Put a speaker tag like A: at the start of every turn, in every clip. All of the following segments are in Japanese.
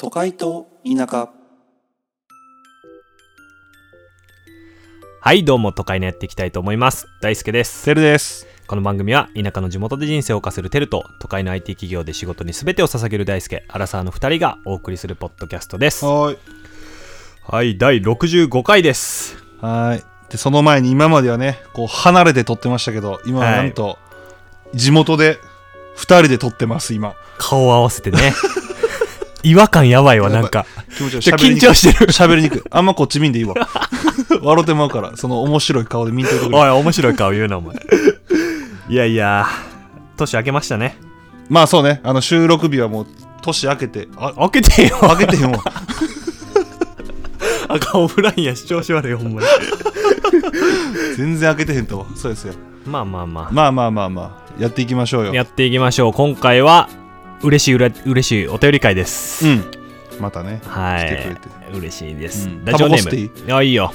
A: 都会と田舎
B: はい、どうも、都会のやっていきたいと思います。大輔です。
C: セルです。
B: この番組は、田舎の地元で人生を謳歌するテルと、都会の IT 企業で仕事に全てを捧げる大輔、アラサーの2人がお送りするポッドキャストです。
C: はーい。
B: はい、第65回です。
C: はーい。で、その前に今まではね、こう離れて撮ってましたけど、今はなんと、地元で2人で撮ってます、今。
B: 顔を合わせて ね。違和感やばいわ、なんか。
C: 気持ち
B: ちょ
C: 悪い。
B: 緊張してる。
C: 喋りにくい。あんまこっち見んでいいわ。笑ってまうから、その面白い顔で見んといてくれ
B: おい、面白い顔言うな、お前。いやいや、年明けましたね。
C: まあそうね、あの収録日はもう年明けて、あ、
B: 明けてよ。
C: 明けてへんわ。
B: あかんオフラインやし、調子悪い、ほんまに。
C: 全然明けてへんとわ。そうですよ。
B: まあまあまあ。
C: まあまあまあまあ、やっていきましょう
B: や
C: よ。
B: っていきましょう。今回は、嬉しいうれ嬉しいお便り会で
C: う
B: す。
C: ん。またね。
B: は
C: 来てくれ
B: い
C: て。
B: 嬉しいです。
C: うん
B: ラジオネ
C: タバコ吸っていい
B: ーム。あ、いいよ。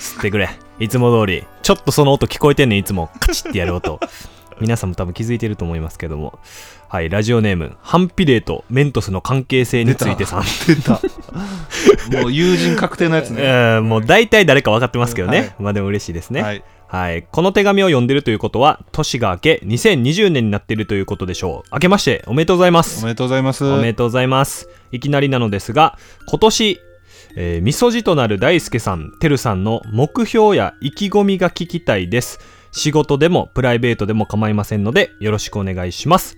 B: 吸ってくれ。いつも通り。ちょっとその音聞こえてんねん、いつも。カチッってやる音。 皆さんも多分気づいてると思いますけども。はい、ラジオネーム、反比例とメントスの関係性についてさん。
C: 出 た。もう友人確定のやつね。
B: えーも う大体誰か分かってますけどね。
C: はい
B: まあでも嬉しいですね。
C: はい。
B: はい。この手紙を読んでるということは、年が明け2020年になっているということでしょう。明けましておめでとうございます
C: お。めでとうございます。
B: おめでとうございます。いきなりなのですが、今年、えー、みそじとなる大輔さん、てるさんの目標や意気込みが聞きたいです。仕事でもプライベートでも構いませんので、よろしくお願いします。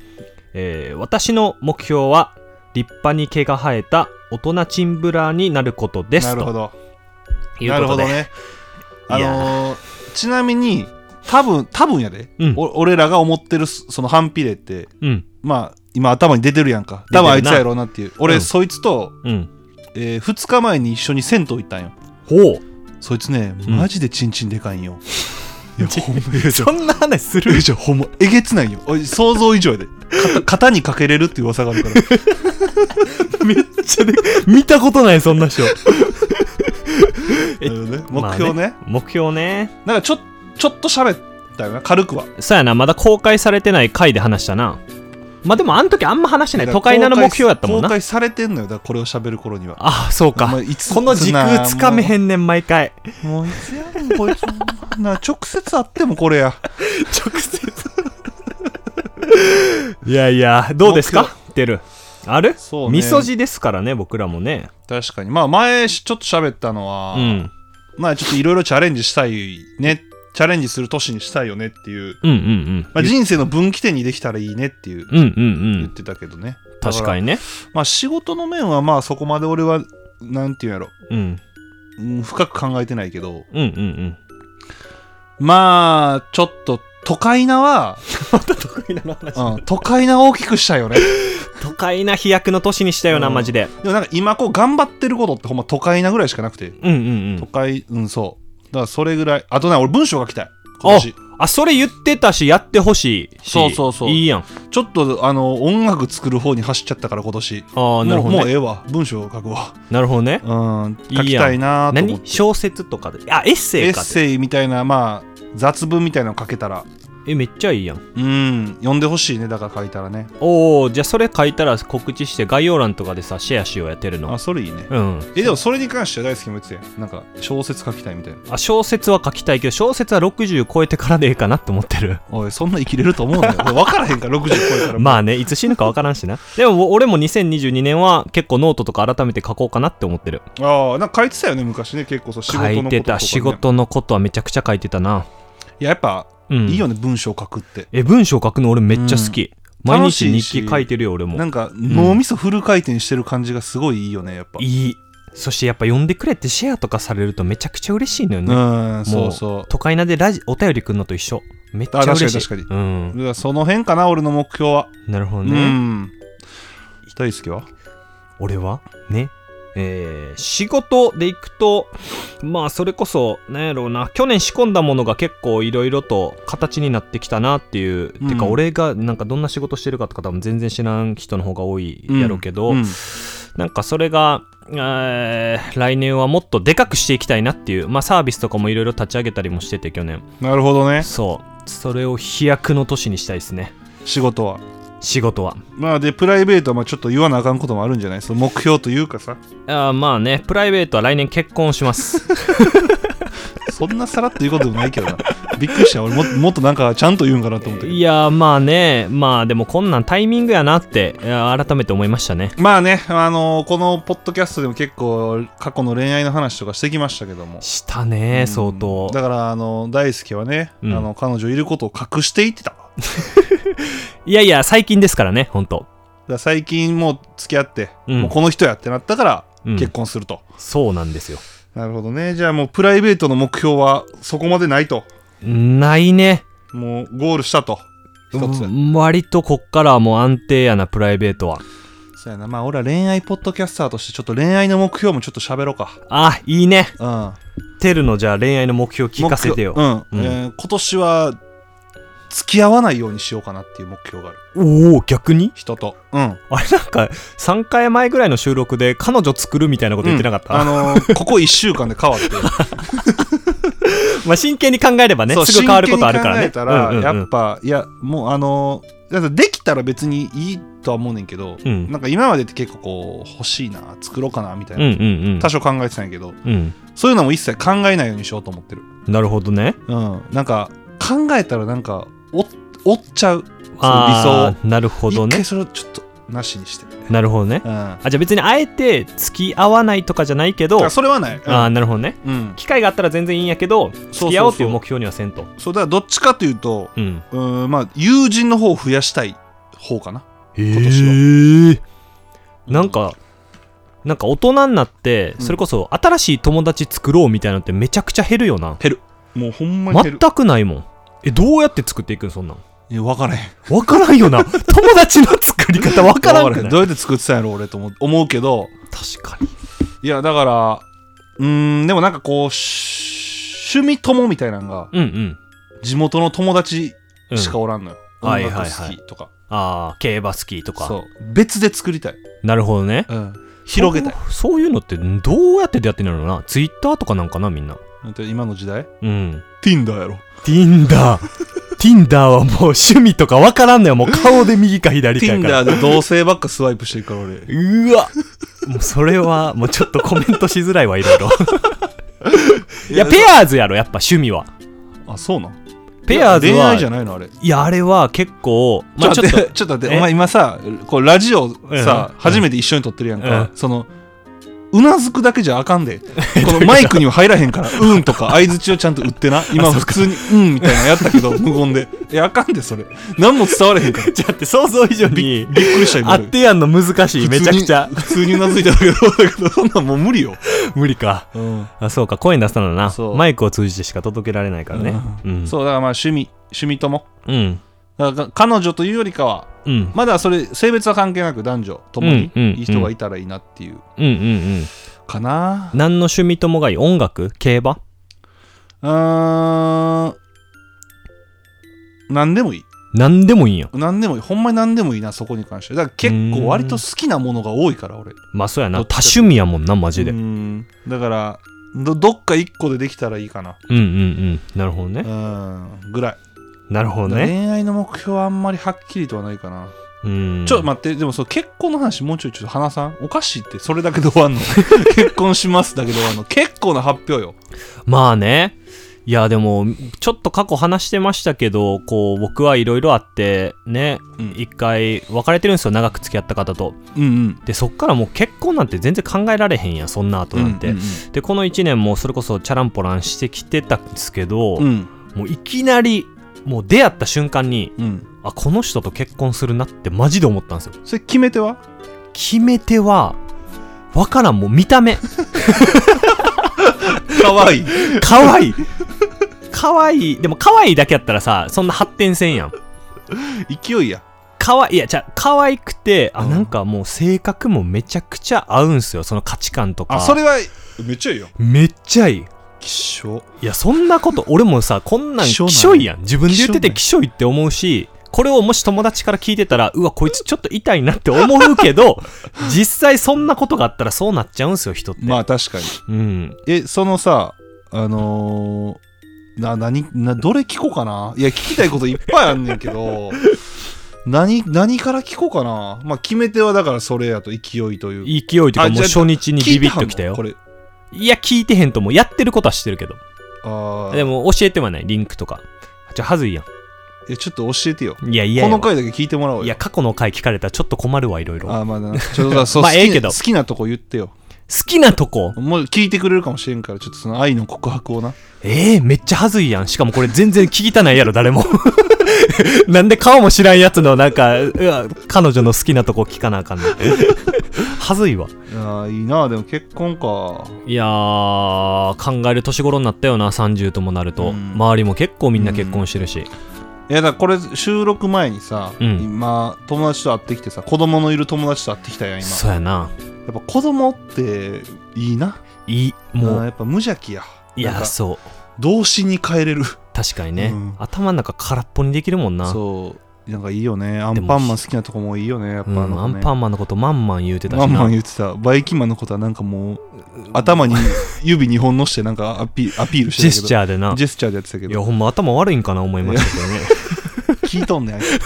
B: えー私の目標は、立派に毛が生えた大人チンブラーになることです。
C: なるほど。
B: という
C: なる
B: こ
C: ほ
B: とで。
C: どね。あ
B: いや
C: のーちなみに、多分、多分やで。
B: うん
C: お俺らが思ってるすその反比例って、
B: うん。
C: まあ、今頭に出てるやんか。
B: 出て
C: 多
B: るな
C: 分あいつやろうなっていう。俺、
B: うん
C: そいつと、
B: うん。
C: え2日前に一緒に銭湯行ったんよ。
B: ほう。
C: そいつね、
B: ん
C: マジでチンチンでかいんよ。いや、ほんま、ええじゃん
B: そんな話す
C: え
B: る
C: えじゃんほんま、えげつないよ。おい想像以上やで。肩 肩にかけれるっていう噂があ るから。
B: めっちゃで、見たことない、そんな人。え
C: なるほどね 目標
B: ま
C: ね,、
B: あ目標ね。
C: なんかちょ、ちょっと喋ったよな、軽くは。
B: そうやな、まだ公開されてない回で話したな。まあでもあの時あんま話してない。
C: だ
B: 都
C: から
B: 会なの目標やったもん
C: 公
B: な。
C: 開されてんのよ、だからこれを喋る頃には。
B: ああ、そうか。
C: お前いつ
B: この時空つかめへんねん、毎回。
C: もういつやんこいつな直接会ってもこれや
B: 直接。いやいや、どうです
C: 目
B: かてる。ある
C: そうね
B: みそじですからね、僕らもね。
C: 確かにまあ前ちょっと喋ったのは、
B: うん。
C: まあちょっといろいろチャレンジしたいねチャレンジする年にしたいよねっていう、
B: うんうん
C: まあ、人生の分岐点にできたらいいねっていう
B: うん。うんうんう
C: 言っ
B: ん。
C: てたけどね、
B: 確か
C: に
B: にね。
C: まあ仕事の面はまあそこまで俺はなんていうんやろ
B: うん。
C: うん深く考えてないけど
B: うんうん うん。
C: まあちょっと都会なは、
B: 得意なの話。
C: うん、都会なを大きくしたいよね
B: 都会な飛躍の年にしたよな、
C: うん
B: マジで。
C: でもなんか今こう頑張ってることってほんま都会なぐらいしかなくて
B: うんうんう
C: 都
B: ん。
C: 会うんそうだからそれぐらいあとね俺文章が来たい今
B: あ
C: 年
B: あ、それ言ってたし、やってほしいし。
C: そうそうそう
B: いいやん。
C: ちょっとあの音楽作る方に走っちゃったから今年
B: ああ、なるほど
C: もうもう
B: ね。
C: ええわ文章を書くわ
B: なるほどね。
C: うん
B: いいや
C: 書
B: ん
C: きたいなと思っ
B: 何
C: て
B: 小説とかで。あ、エッセ
C: エ
B: イ
C: ッ
B: かって。
C: セイみたいなまあ雑文みたいなの書けたら
B: え、めっちゃいいやん。
C: うん読んでほしいねだから書いたらね
B: おお、じゃあそれ書いたら告知して概要欄とかでさ、シェアしようやってる
C: あ
B: の。
C: それいいね
B: うん。
C: えでもそれに関しては大好きも言ってたやんなんか小説書きたいみたいな
B: あ、小説は書きたいけど、小説は60超えてからでいいかなって思って る。
C: おいそんな生きれると思うの よ俺分からへんから60超えたら
B: まあね、いつ死ぬかわからんし な。でも、俺も2022年は結構ノートとか改めて書こうかなって思ってる。
C: ああなんか書いてたよね昔ね結構そう仕事
B: 書い
C: のこととか、ね、
B: てた。仕事のことはめちゃくちゃ書いてたな。
C: いややっぱ
B: うん。
C: いいよね、文章書くって。
B: え、文章書くの俺めっちゃ好き。毎日
C: 楽しい
B: 日
C: し
B: 記書いてるよ、俺も
C: な。んか、脳みそフル回転してる感じがすごいいいよね、やっぱ。
B: いい。そしてやっぱ呼んでくれってシェアとかされるとめちゃくちゃ嬉しいのよね。
C: うん、
B: も
C: そうそう。
B: 都会なでラジお便りくんのと一緒めっちゃ
C: あ確か
B: 嬉
C: に
B: しい
C: 確
B: う
C: だ
B: ん
C: からその辺かな、俺の目標は。
B: なるほど
C: う
B: ね、
C: ん。大好きは
B: 俺はねえー仕事で行くとまあそれこそなんやろうな去年仕込んだものが結構いろいろと形になってきたなっていう、
C: うん
B: てか俺がなんかどんな仕事してるかとか多分全然知らん人の方が多いやろうけど、
C: うんうん
B: なんかそれが、えー来年はもっとでかくしていきたいなっていうまあサービスとかもいろいろ立ち上げたりもしてて去年
C: なるほどね、
B: そうそれを飛躍の年にしたいですね
C: 仕事は。
B: 仕事は
C: まあでプライベートはまあちょっと言わなあかんこともあるんじゃないその目標というかさ
B: あーまあねプライベートは来年結婚します
C: そんなさらっと言うことでもないけど なびっくりした俺ももっとなんかちゃんと言うんかなと思ったけど
B: いやーまあねまあでもこんなんタイミングやなっていやー改めて思いましたね
C: まあね、あのこのポッドキャストでも結構過去の恋愛の話とかしてきましたけども
B: したね相当
C: だからあの大輔はね、
B: うん
C: あの彼女いることを隠していってただか
B: いやいや最近ですからねほんと
C: ら最近もう付き合って、
B: うん
C: もうこの人やってなったから
B: うん
C: 結婚すると、
B: そうなんですよ
C: なるほどねじゃあもうプライベートの目標はそこまでないと
B: ないね
C: もうゴールしたと一つ、
B: うん割とこっからはもう安定やなプライベートは
C: そうやなまあ俺は恋愛ポッドキャスターとしてちょっと恋愛の目標もちょっと喋ろうか
B: あいいね
C: うん
B: テルのじゃあ恋愛の目標聞かせてよ、
C: 目標うん
B: うん
C: えー今年は付き合わないようにしようかなっていう目標がある
B: おお逆に
C: 人とうん
B: あれなんか3回前ぐらいの収録で彼女作るみたいなこと言ってなかった、
C: うんあのーここ1週間で変わって
B: まあ真剣に考えればね
C: そう
B: すぐ変わることあるからね
C: 真剣に考えたら、
B: うんうんうん
C: やっぱいやもうあのーだからできたら別にいいとは思うねんけど、
B: うん
C: なんか今までって結構こう欲しいな作ろうかなみたいな、
B: うんうんうん
C: 多少考えてたんやけど
B: うん
C: そういうのも一切考えないようにしようと思ってる
B: なるほどね
C: うんなんか考えたらなんかお追っちゃうその
B: あーなるほ
C: 理想
B: ど
C: 一回
B: ね
C: それをちょっとなしにしてるね
B: なるほどね
C: うんだ
B: あじゃあ別にあえて付き合わないとかじゃないけど、
C: から
B: あ
C: それはない、うん
B: あーなるほどね
C: うん、
B: 機会があったら全然いいんやけど
C: そ
B: 付
C: う
B: き合おうっていう目標にはせんと
C: そうだからどっちかというと
B: うん
C: うーんまあ友人の方を増やしたい方かな
B: へ
C: 年
B: えなんかなんか大人になって
C: うん
B: それこそ新しい友達作ろうみたいなのってめちゃくちゃ減るよな
C: もうほんまに減
B: 全
C: る。
B: くないもんえどうやって作っていくんそんなん
C: いや、分からへん。
B: 分からんよ な友達の作り方分からん
C: 分
B: く
C: へ
B: なんい
C: どうやって作ってたんやろ、俺と思う思うけど、
B: 確かに
C: いや、だから、うーん、でもなんかこう、し趣味友みたいなのが、
B: うんうん
C: 地元の友達
B: うん
C: しかおらんのよ。
B: うん
C: 音楽
B: はいはいは
C: 好
B: い
C: きとか、
B: ああ競馬好きとか
C: そう。別で作りたい。
B: なるほどね
C: うん。広げたい。
B: そうそういうのってどうやってやってんのやろなツイッターとかなんかなみんな
C: だって今の時代
B: うん
C: ?Tinder やろ。
B: Tinder Tinder はもう趣味とか分からんのよもう顔で右か左かやから
C: Tinder で同性ばっかスワイプしてるから俺。
B: うわ もうそれはもうちょっとコメントしづらいわい ろいろいやペアーズやろやっぱ趣味は
C: あ、そうなん
B: ペアーズ
C: 恋
B: は
C: 愛じゃないのあれ。
B: いやあれは結構、まあ、
C: ち
B: ち
C: ょ
B: ょ
C: っ
B: っ
C: と
B: と
C: 待って、ちょっと待って、
B: え
C: お前今さ、こうラジオさ、
B: うん
C: 初めて一緒に撮ってるやんか、
B: う
C: その、うなずくだけじゃあか んで、このマイクにも入らへんから、うんとか相づちをちゃんと 打ってな、今普通にうんみたいなのやったけど、無言で。いや、あかんで、それ。何も伝われへんか
B: ちょ
C: ら。
B: っと待って想像以上
C: び
B: に
C: びっくりした、今
B: あ
C: 俺。
B: ってやんの難しいめちゃくちゃ
C: 普通に普通にうなずいただけど、だけど、そんなんもう無理よ。
B: 無理か
C: うん。
B: あそうか声に出さなな
C: そう
B: マイクを通じてしか届けられないからねう
C: うん
B: ん
C: そう、だからまあ趣味、趣味とも。
B: うん
C: だから彼女というよりかは、
B: うん
C: まだそれ、性別は関係なく男女ともに
B: うんうん
C: いい人がいたらいいなっていう、
B: うんうんうん
C: かな。
B: 何の趣味ともがいい音楽競馬
C: うーん。何でもいい。
B: 何でもいいんよ
C: 何でもいい。ほんまに何でもいいな、そこに関して。だから結構割と好きなものが多いから、俺。
B: まあそうやな
C: どっち
B: 多
C: かって
B: 趣味やもんなマジで
C: う
B: うん
C: ん。だから、どどっか一個でできたらいいかな。
B: うんうんなるほど
C: う
B: ね
C: ん。ぐらい。
B: なるほどね
C: 恋愛の目標はあんまりはっきりとはないかな。
B: うん
C: ちょっと待って、でもそう結婚の話もうちょいちょっと話さんおかしいって、それだけで終わ んの。結婚しますだけで終わんの。結構な発表よ。
B: まあねいやでもちょっと過去話してましたけどこう僕はいろいろあってね
C: うん
B: 一回別れてるんですよ長く付き合った方と
C: うんうん。
B: でそっからもう結婚なんて全然考えられへんやんそんな後なんて、
C: うん
B: でこの1年もそれこそチャランポランしてきてたんですけど、
C: うんうん。
B: もういきなりもう出会った瞬間に
C: うんうん。
B: あこの人と結婚するなってマジで思ったんですよ
C: それ決め手は
B: 決め手はわからんもう見た目
C: かわいい。
B: 可愛い可愛いでも可愛いだけやったらさそんな発展せんやん
C: 勢いや。
B: 可愛いいやじゃあ可愛くてあ
C: うん
B: なんかもう性格もめちゃくちゃ合うんすよその価値観とか
C: あ、それは、めっちゃいいよ。
B: めっちゃいい
C: 希少。
B: いやそんなこと俺もさこんなん
C: 希
B: き
C: 少なんや
B: しょいやん自分で言ってて
C: 希
B: きしょいって思うしこれをもし友達から聞いてたらうわこいつちょっと痛いなって思うけ ど実際そんなことがあったらそうなっちゃうんすよ人って、
C: まあ確かに。
B: うん
C: え、そのさ、あの ー、な、何、な、どれ聞こうかな。いや、聞きたいこといっぱいあんねんけど、何、何から聞こうかな。まあ、決め手はだからそれやと、勢いという。
B: 勢いというか
C: あ
B: もう
C: じゃあ
B: 初日にビビッときたよ
C: 聞いはんのこ
B: いや聞いてへんともやってることは知ってるけど
C: れ。ああ。
B: でも教えてはないリンクとかじゃあはずいや
C: いやちょっと教えてよ。
B: んいやいや
C: この回だけ聞いてもらおうよ。
B: いや過去の回聞かれたらちょっと困るわいろいろ
C: あーまあな、ちょ っとだそう
B: まあ
C: 好きな
B: ええけど
C: 好きなとこ言ってよ。
B: 好きなとこ
C: もう聞いてくれるかもしれんから、ちょっとその愛の告白をな。
B: ええめっちゃはずいやんしかもこれ全然聞きたないやろ誰も なんで顔も知らんやつのなんかうわ彼女の好きなとこ聞かなあかんねんはずいわ
C: ああ、いいな、でも結婚か。
B: いやー考える年頃になったよな30ともなると、
C: うん
B: 周りも結構みんな結婚してるし、
C: いや、だからこれ収録前にさ、
B: うん
C: 今、友達と会ってきてさ、子供のいる友達と会ってきたやん、今。
B: そうやな
C: やっぱ子供っていいな。
B: いい
C: も
B: も
C: う
B: う
C: やっぱ無邪気や。
B: い
C: なん
B: や
C: か
B: そう
C: 童心に帰れる。
B: 確かにね、
C: うん
B: 頭の中空っぽにできるもんな
C: そう。なんかいいよね。ア
B: で
C: ン
B: も
C: パンマン好きなとこもいいよね、やっぱ
B: うん
C: あの
B: ア
C: 子ね、
B: ンパンマンのことまんまん言うてたし
C: マ
B: な
C: ンマン言ってた。バイキンマンのことはなんかもう、頭に指2本のしてなんかアピアピールして
B: ジェス
C: たけど。
B: チャーでな
C: ジェスチャーでやってたけ
B: いや
C: ど。
B: ほんま頭悪いんかな思いましたけ どね
C: 聞いとんねんあいつ。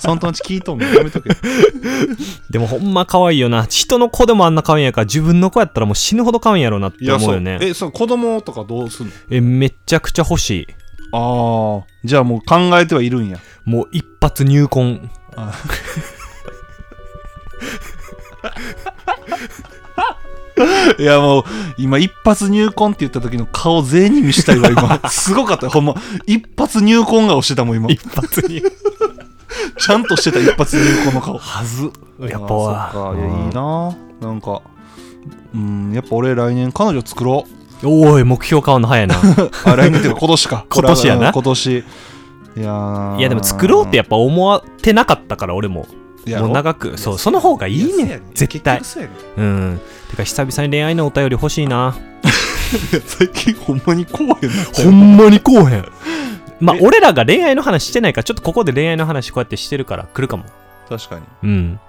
C: その友達聞いとんねん。やめ とけ。
B: でもほんま可愛いよな。人の子でもあんな可愛いんやから、自分の子やったらもう死ぬほど可愛いんやろうなって思うよね。え
C: え、その子供とかどうすん
B: めちゃくちゃ欲しい。
C: のああ。じゃあもう考えてはいるんや。
B: もう一発入婚。
C: あ いやもう今一発入婚って言った時の顔全員に見したい わ今すごかったよほんま一発入婚顔してたもん今
B: 一発入婚。
C: ちゃんとしてた一発入婚の顔
B: はず。 やっぱ
C: あーそっかいやいいななんかうんやっぱ俺来年彼女作ろう
B: おい、目標買うの早 いな。
C: あ来年っていう か今年か
B: 今年やな
C: これはうん今年いやー
B: いやでも作ろうってやっぱ思ってなかったから、俺も。
C: いや
B: もう長く。そう、その方がいい
C: やそうや
B: ね。絶対。
C: 結局そうやね
B: うん。てか久々に恋愛のお便り欲しいな。
C: いや最近ほんまにこうへんなっ
B: ほ
C: たよ
B: んまにこうへん。まあ
C: え
B: 俺らが恋愛の話してないから、ちょっとここで恋愛の話こうやってしてるから、来るかも。
C: 確かに
B: うん。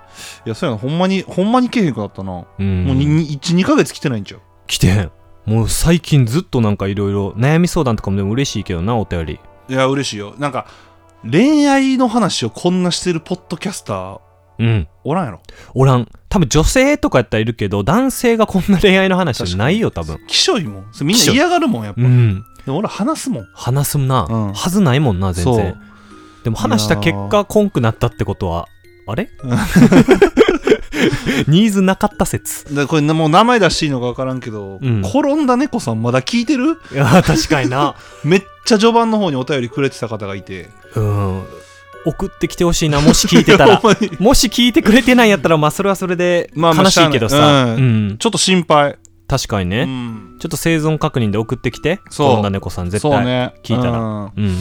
C: いやそうやなほんまにほんまにけえへんくなったな、も
B: うん。
C: う12ヶ月来てないんちゃう
B: 来てへんもう最近ずっとなんかいろいろ悩み相談とかもでも嬉しいけどなお便り
C: いや嬉しいよなんか恋愛の話をこんなしてるポッドキャスター
B: うん
C: おらんやろ
B: おらん多分女性とかやったらいるけど男性がこんな恋愛の話ないよ多分
C: きしょいもんそれみん
B: き
C: な
B: しょい
C: 嫌がるもんやっぱ、
B: うん
C: でも俺話すもん
B: 話すな、
C: うん
B: はずないもんな全
C: そ
B: 然
C: う
B: でも話した結
C: い
B: 果こんくなったってことはあれニーズなかった説
C: だからこれなもう名前出していいのか分からんけど、
B: うん
C: 転んだ猫さんまだ聞いてる
B: いや確かにな
C: めっちゃ序盤の方にお便りくれてた方がいて
B: うん送ってきてほしいなもし聞いてたら
C: ほんまに
B: もし聞いてくれてないんやったらまあそれはそれで
C: まあまあ
B: 悲しいけど
C: しゃあ
B: さ
C: な
B: う
C: いうんちょっと心配
B: 確かにね、
C: うん
B: ちょっと生存確認で送ってきて、
C: そう
B: こんな猫さん絶
C: そう
B: 対。
C: ね
B: 聞いたら
C: うん
B: うんうん、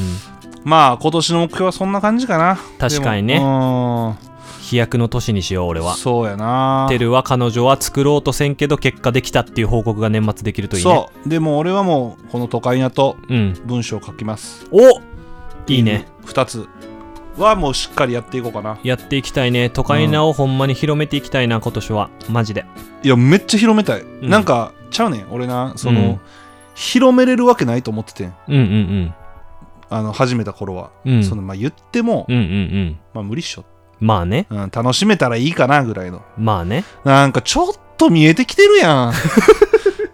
C: まあ今年の目標はそんな感じかな
B: 確かにね
C: でも
B: 飛躍の年にしよう、俺
C: うん
B: は。
C: そうやな
B: テルは彼女は作ろうとせんけど結果できたっていう報告が年末できるといいね。
C: そうでも俺はもうこの都会なと
B: う。ん。
C: 文章を書きます
B: おいいね。
C: 2つはもうしっかりやっていこうかな
B: やっていきたいね。都会なをほんまに広めていきたいな、今年は。マジで。
C: いやめっちゃ広めたい、
B: ん
C: なんかちゃうねん俺なその、
B: うん
C: 広めれるわけないと思っててん
B: うんうん
C: あの始めた頃は、
B: うん。うん。
C: そのまあ言っても、
B: うんうんうん。
C: まあ無理っしょ、
B: まあね。
C: うん、楽しめたらいいかなぐらいの
B: まあね。
C: なんかちょっと見えてきてる や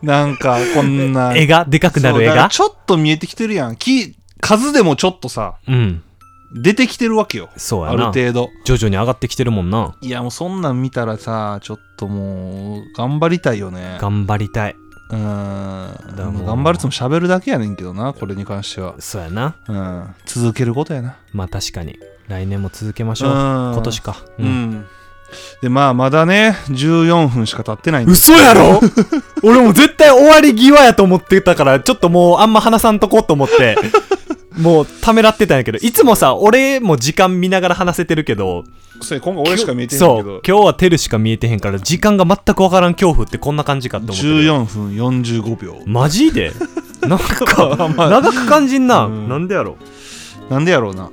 C: んなんかこんな
B: 絵がでかくな
C: そう
B: る絵
C: だから
B: が。
C: ちょっと見えてきてるやんき数でもちょっとさ
B: うん。
C: 出てきてるわけよ
B: そう
C: あ
B: や
C: る
B: な。
C: 程度
B: 徐々に上がってきてるもんな。
C: いやもうそんなん見たらさちょっともう頑張りたいよね
B: 頑張りたい。
C: う
B: ら
C: ーん
B: もう
C: 頑張るつも喋るだけやねんけどなこれに関しては、
B: そうやな。
C: うん、続けることやな
B: まあ確かに。来年も続けましょう。
C: 今
B: 今年か。
C: うん、でまあまだね14分しか経ってないんで
B: 嘘やろ 俺も絶対終わり際やと思ってたから、ちょっともうあんま話さんとこうと思 って、もうためらってたんやけど、いつもさ、俺も時間見ながら話せてるけど、
C: それ今回俺しか見えてない
B: そ
C: け
B: う
C: ど、
B: 今日はテルしか見えてへんから、時間が全くわからん恐怖ってこんな感じかって思ってる。
C: 14分45秒
B: マジで なん か、長く感じんな。
C: うん
B: なんでやろ
C: なんでやろうな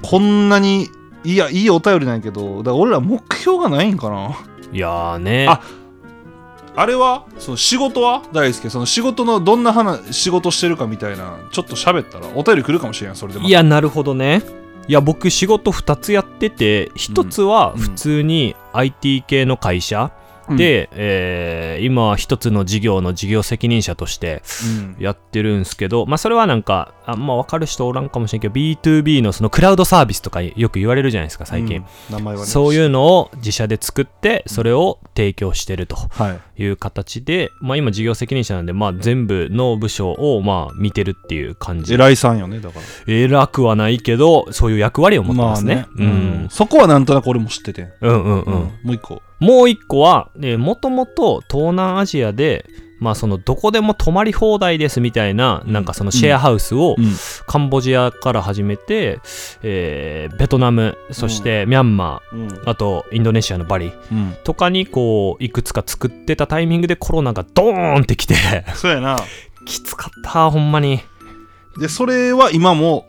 C: こんなにいやいいお便りなんやけどだから俺ら目標がないんかない
B: やーね。
C: ああれはその仕事は大輔その仕事のどんな話仕事してるかみたいなちょっと喋ったらお便り来るかもしれんそれでも
B: いや、なるほどね。いや僕仕事2つやってて1つは普通に IT 系の会社で、えー今は1つの事業の事業責任者として
C: うん、
B: やってるんですけど、まあ、それはなんかあんま分かる人おらんかもしれんけど B2B のそのクラウドサービスとかよく言われるじゃないですか最近、
C: うん、名前はね
B: そういうのを自社で作ってそれを提供してると
C: はい
B: いう形で、まあ、今事業責任者なんで、まあ、全部の部署をまあ見てるっていう感じ
C: 偉いさんよねだから
B: 偉くはないけどそういう役割を持ってますね,、
C: まあうんそこはなんとなく俺も知ってて、
B: うん、うんうんうん
C: もう一個
B: もう一個はもともと東南アジアでまあそのどこでも泊まり放題ですみたいななんかそのシェアハウスを
C: うん
B: カンボジアから始めて、えーベトナムそしてミャンマ
C: うん
B: ーあとインドネシアのバリ
C: うん
B: とかにこういくつか作ってたタイミングでコロナがドーンってきて
C: そうやな
B: きつかったほんまに
C: でそれは今も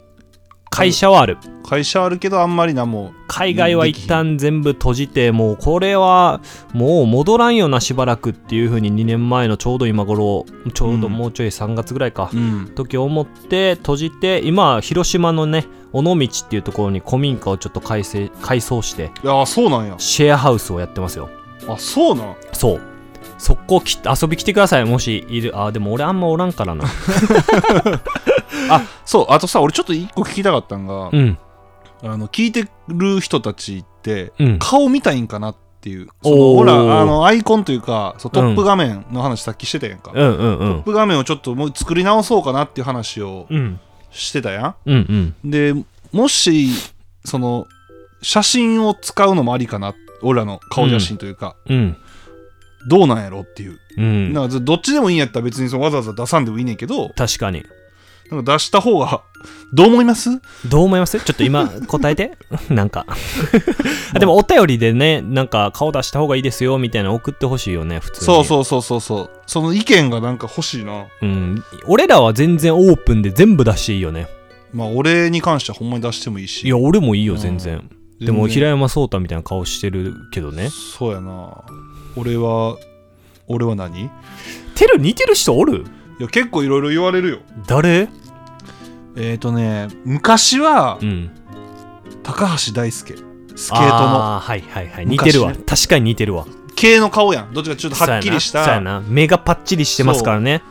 B: 会社はある
C: 会社あるけどあんまり何も
B: 海外は一旦全部閉じてもうこれはもう戻らんよなしばらくっていう風に2年前のちょうど今頃ちょうど
C: うん
B: もうちょい3月ぐらいか、
C: うん
B: 時思って閉じて今広島のね尾道っていうところに古民家をちょっと改正改装して
C: いやそうなんや
B: シェアハウスをやってますよ
C: あそうなん
B: そうそこき遊び来てくださいもしいるあでも俺あんまおらんからな
C: あそうあとさ俺ちょっと一個聞きたかったんが、
B: うん
C: あの聞いてる人たちって
B: うん
C: 顔見たいんかなっていうその
B: おー
C: ほらあのアイコンというかそうトッ
B: う
C: プ
B: ん
C: 画面の話さっきしてたやんか、トッ
B: うんうんうん
C: プ画面をちょっともう作り直そうかなっていう話を
B: うん
C: してたや
B: うんうん
C: んでもしその写真を使うのもありかな俺らの顔写真というか、
B: うん
C: どうなんやろっていう、
B: うん
C: なんかどっちでもいいんやったら別にそのわざわざ出さんでもいいねんけど
B: 確かに
C: なんか出した方が どう思います
B: どう思いますちょっと今答えて なんかあでもお便りでねなんか顔出した方がいいですよみたいなの送ってほしいよね普通に
C: そうそうそうそうそうその意見がなんか欲しいな
B: う、ん、俺らは全然オープンで全部出していいよね
C: まあ俺に関してはほんまに出してもいいし
B: いや俺もいいよ
C: うん
B: 全然
C: 全
B: でも
C: 然
B: 平山壮太みたいな顔してるけどね
C: そうやな俺は俺は何い
B: テル似てる人おる
C: や結構いろいろ言われるよ
B: 誰
C: えっ、ー、とね昔は
B: うん
C: 高橋大輔ス
B: ス
C: ケートの
B: はいはいはい似
C: 昔ね
B: てるわ、確かに似てるわ
C: 系の顔やんどっちかちょっとはっきりし
B: そうや
C: た
B: なそうやな目がパッチリしてますからね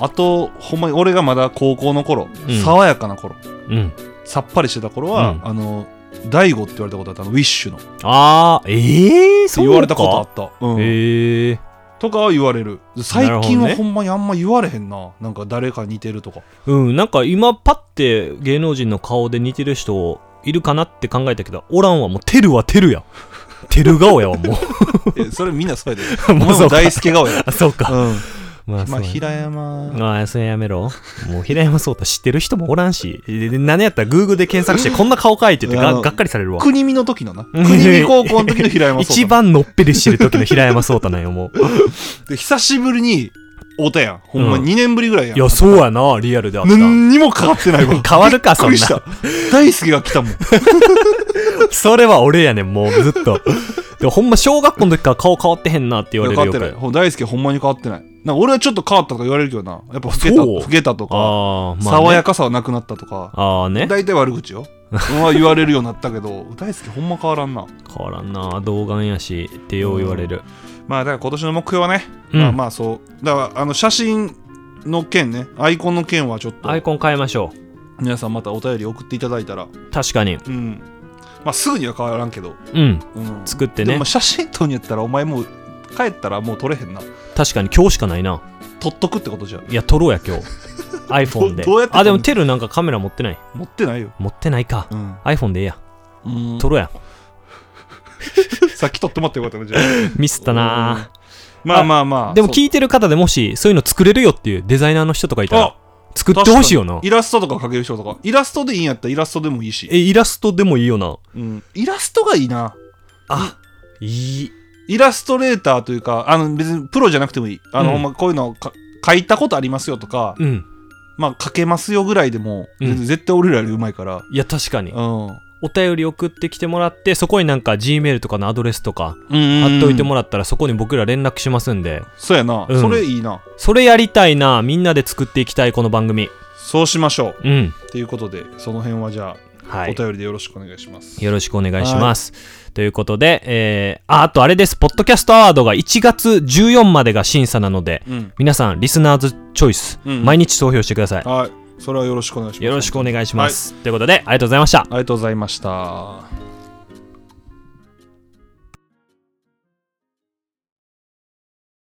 C: あとほんまに俺がまだ高校の頃、
B: うん
C: 爽やかな頃
B: うん
C: さっぱりしてた頃は、
B: うん
C: あの大悟って言われたことあったあのウィッシュのって
B: あーええー、そう
C: 言われたことあ
B: か
C: った、うん
B: ええー、
C: とかは言われる最近
B: なるほどね
C: はほんまにあんま言われへんななんか誰か似て るとか
B: うん、なんか今パッて芸能人の顔で似てる人いるかなって考えたけど、おらんはもうテルはテルや。テル顔やわ、もう。
C: えそれみん なそうやで
B: もう
C: も
B: そう
C: う
B: か
C: 大輔 顔や
B: あ、そうか。
C: うん
B: まあ、
C: まあ
B: そうや
C: 平山
B: ああ、それやめろ。もう平山壮太知ってる人もおらんし、でで何やったら Google で検索 してこんな顔かいって言って
C: あ
B: が
C: の
B: がっかりされるわ。
C: 国見の時 のな
B: うん
C: 国見高校の時の平山
B: 一
C: そうだ
B: 番のっぺりしてる時の 平山壮太なんよ、もう。
C: で久しぶりに会うたやんほんま
B: うん
C: 2年ぶりぐらいやん
B: いや、そうやな、リアルであった。
C: 何にもかかってないわ
B: 変わるか、
C: びっ
B: そ
C: く
B: ん
C: りした
B: な。
C: 大輔が 来たもん
B: それは俺やねん、もうずっと。でもほんま小学校の時から顔変わってへんなって言われ
C: 変
B: る
C: わっ
B: よく。
C: てないほん大輔ほんまに変わってないなんか俺はちょっと変わったとか言われるけどなやっぱ老けた
B: そう
C: 老けたとか
B: ああ、まあ、ね。
C: 爽やかさはなくなったとか
B: ああね。
C: 大体悪口 ようんは言われるようになったけど大輔ほんま変わらんな
B: 変わらんな童顔やしってよう言われる
C: まあだから今年の目標はね
B: うん
C: まあまあそうだからあの写真の件ねアイコンの件はちょっと
B: アイコン変えましょ
C: 皆さんまたお便り送っていただいたら
B: う確かに
C: うんまあすぐには変わらんけど、
B: うん
C: うん、
B: 作って
C: で
B: ね
C: も写真撮るんやったらお前もう帰ったらもう撮れへんな
B: 確かに今日しかないな
C: 撮っとくってことじゃん
B: いや撮ろうや今日 iPhone で
C: どうやって撮んの
B: あでもテルなんかカメラ持ってない
C: 持ってないよ
B: 持ってないか
C: うん
B: iPhone でええや
C: うん
B: 撮ろうや
C: さっき撮ってもらってよかったねじゃあ
B: ミスったな
C: まあまあまあ
B: でも
C: そう
B: 聞いてる方でもしそういうの作れるよっていうデザイナーの人とかいたら
C: あ
B: 作ってほしいよな
C: イラストとか描ける人とかイラストでいいんやったらイラストでもいいし、
B: えイラストでもいいよな
C: うん、イラストがいいな
B: あいい
C: イラストレーターというかあの別にプロじゃなくてもいいあの、
B: うん
C: ほんまこういうのをか書いたことありますよとか、
B: うん
C: まあ書けますよぐらいでも、
B: うん
C: 全然絶対俺らよりうまいから
B: いや確かに
C: うん
B: お便り送ってきてもらってそこになんか Gmail とかのアドレスとか
C: 貼
B: 貼っといて
C: ら
B: もらったらそこに僕ら連絡しますんで
C: そうやな、
B: うん
C: それいいな
B: それやりたいなみんなで作っていきたいこの番組
C: そうしましょ
B: うん
C: うということでその辺はじゃあ
B: はい
C: お便りでよろしくお願いします。
B: よろしくお願いします。ということで、えー、あ、あとあれです。ポッドキャストアワードが1月14までが審査なので、
C: うん
B: 皆さん、リスナーズチョイス、
C: うん
B: 毎日投票してください。
C: はい。それはよろしくお願いします。
B: よろしくお願いします。ということで、ありがとうございました。
C: ありがとうございました。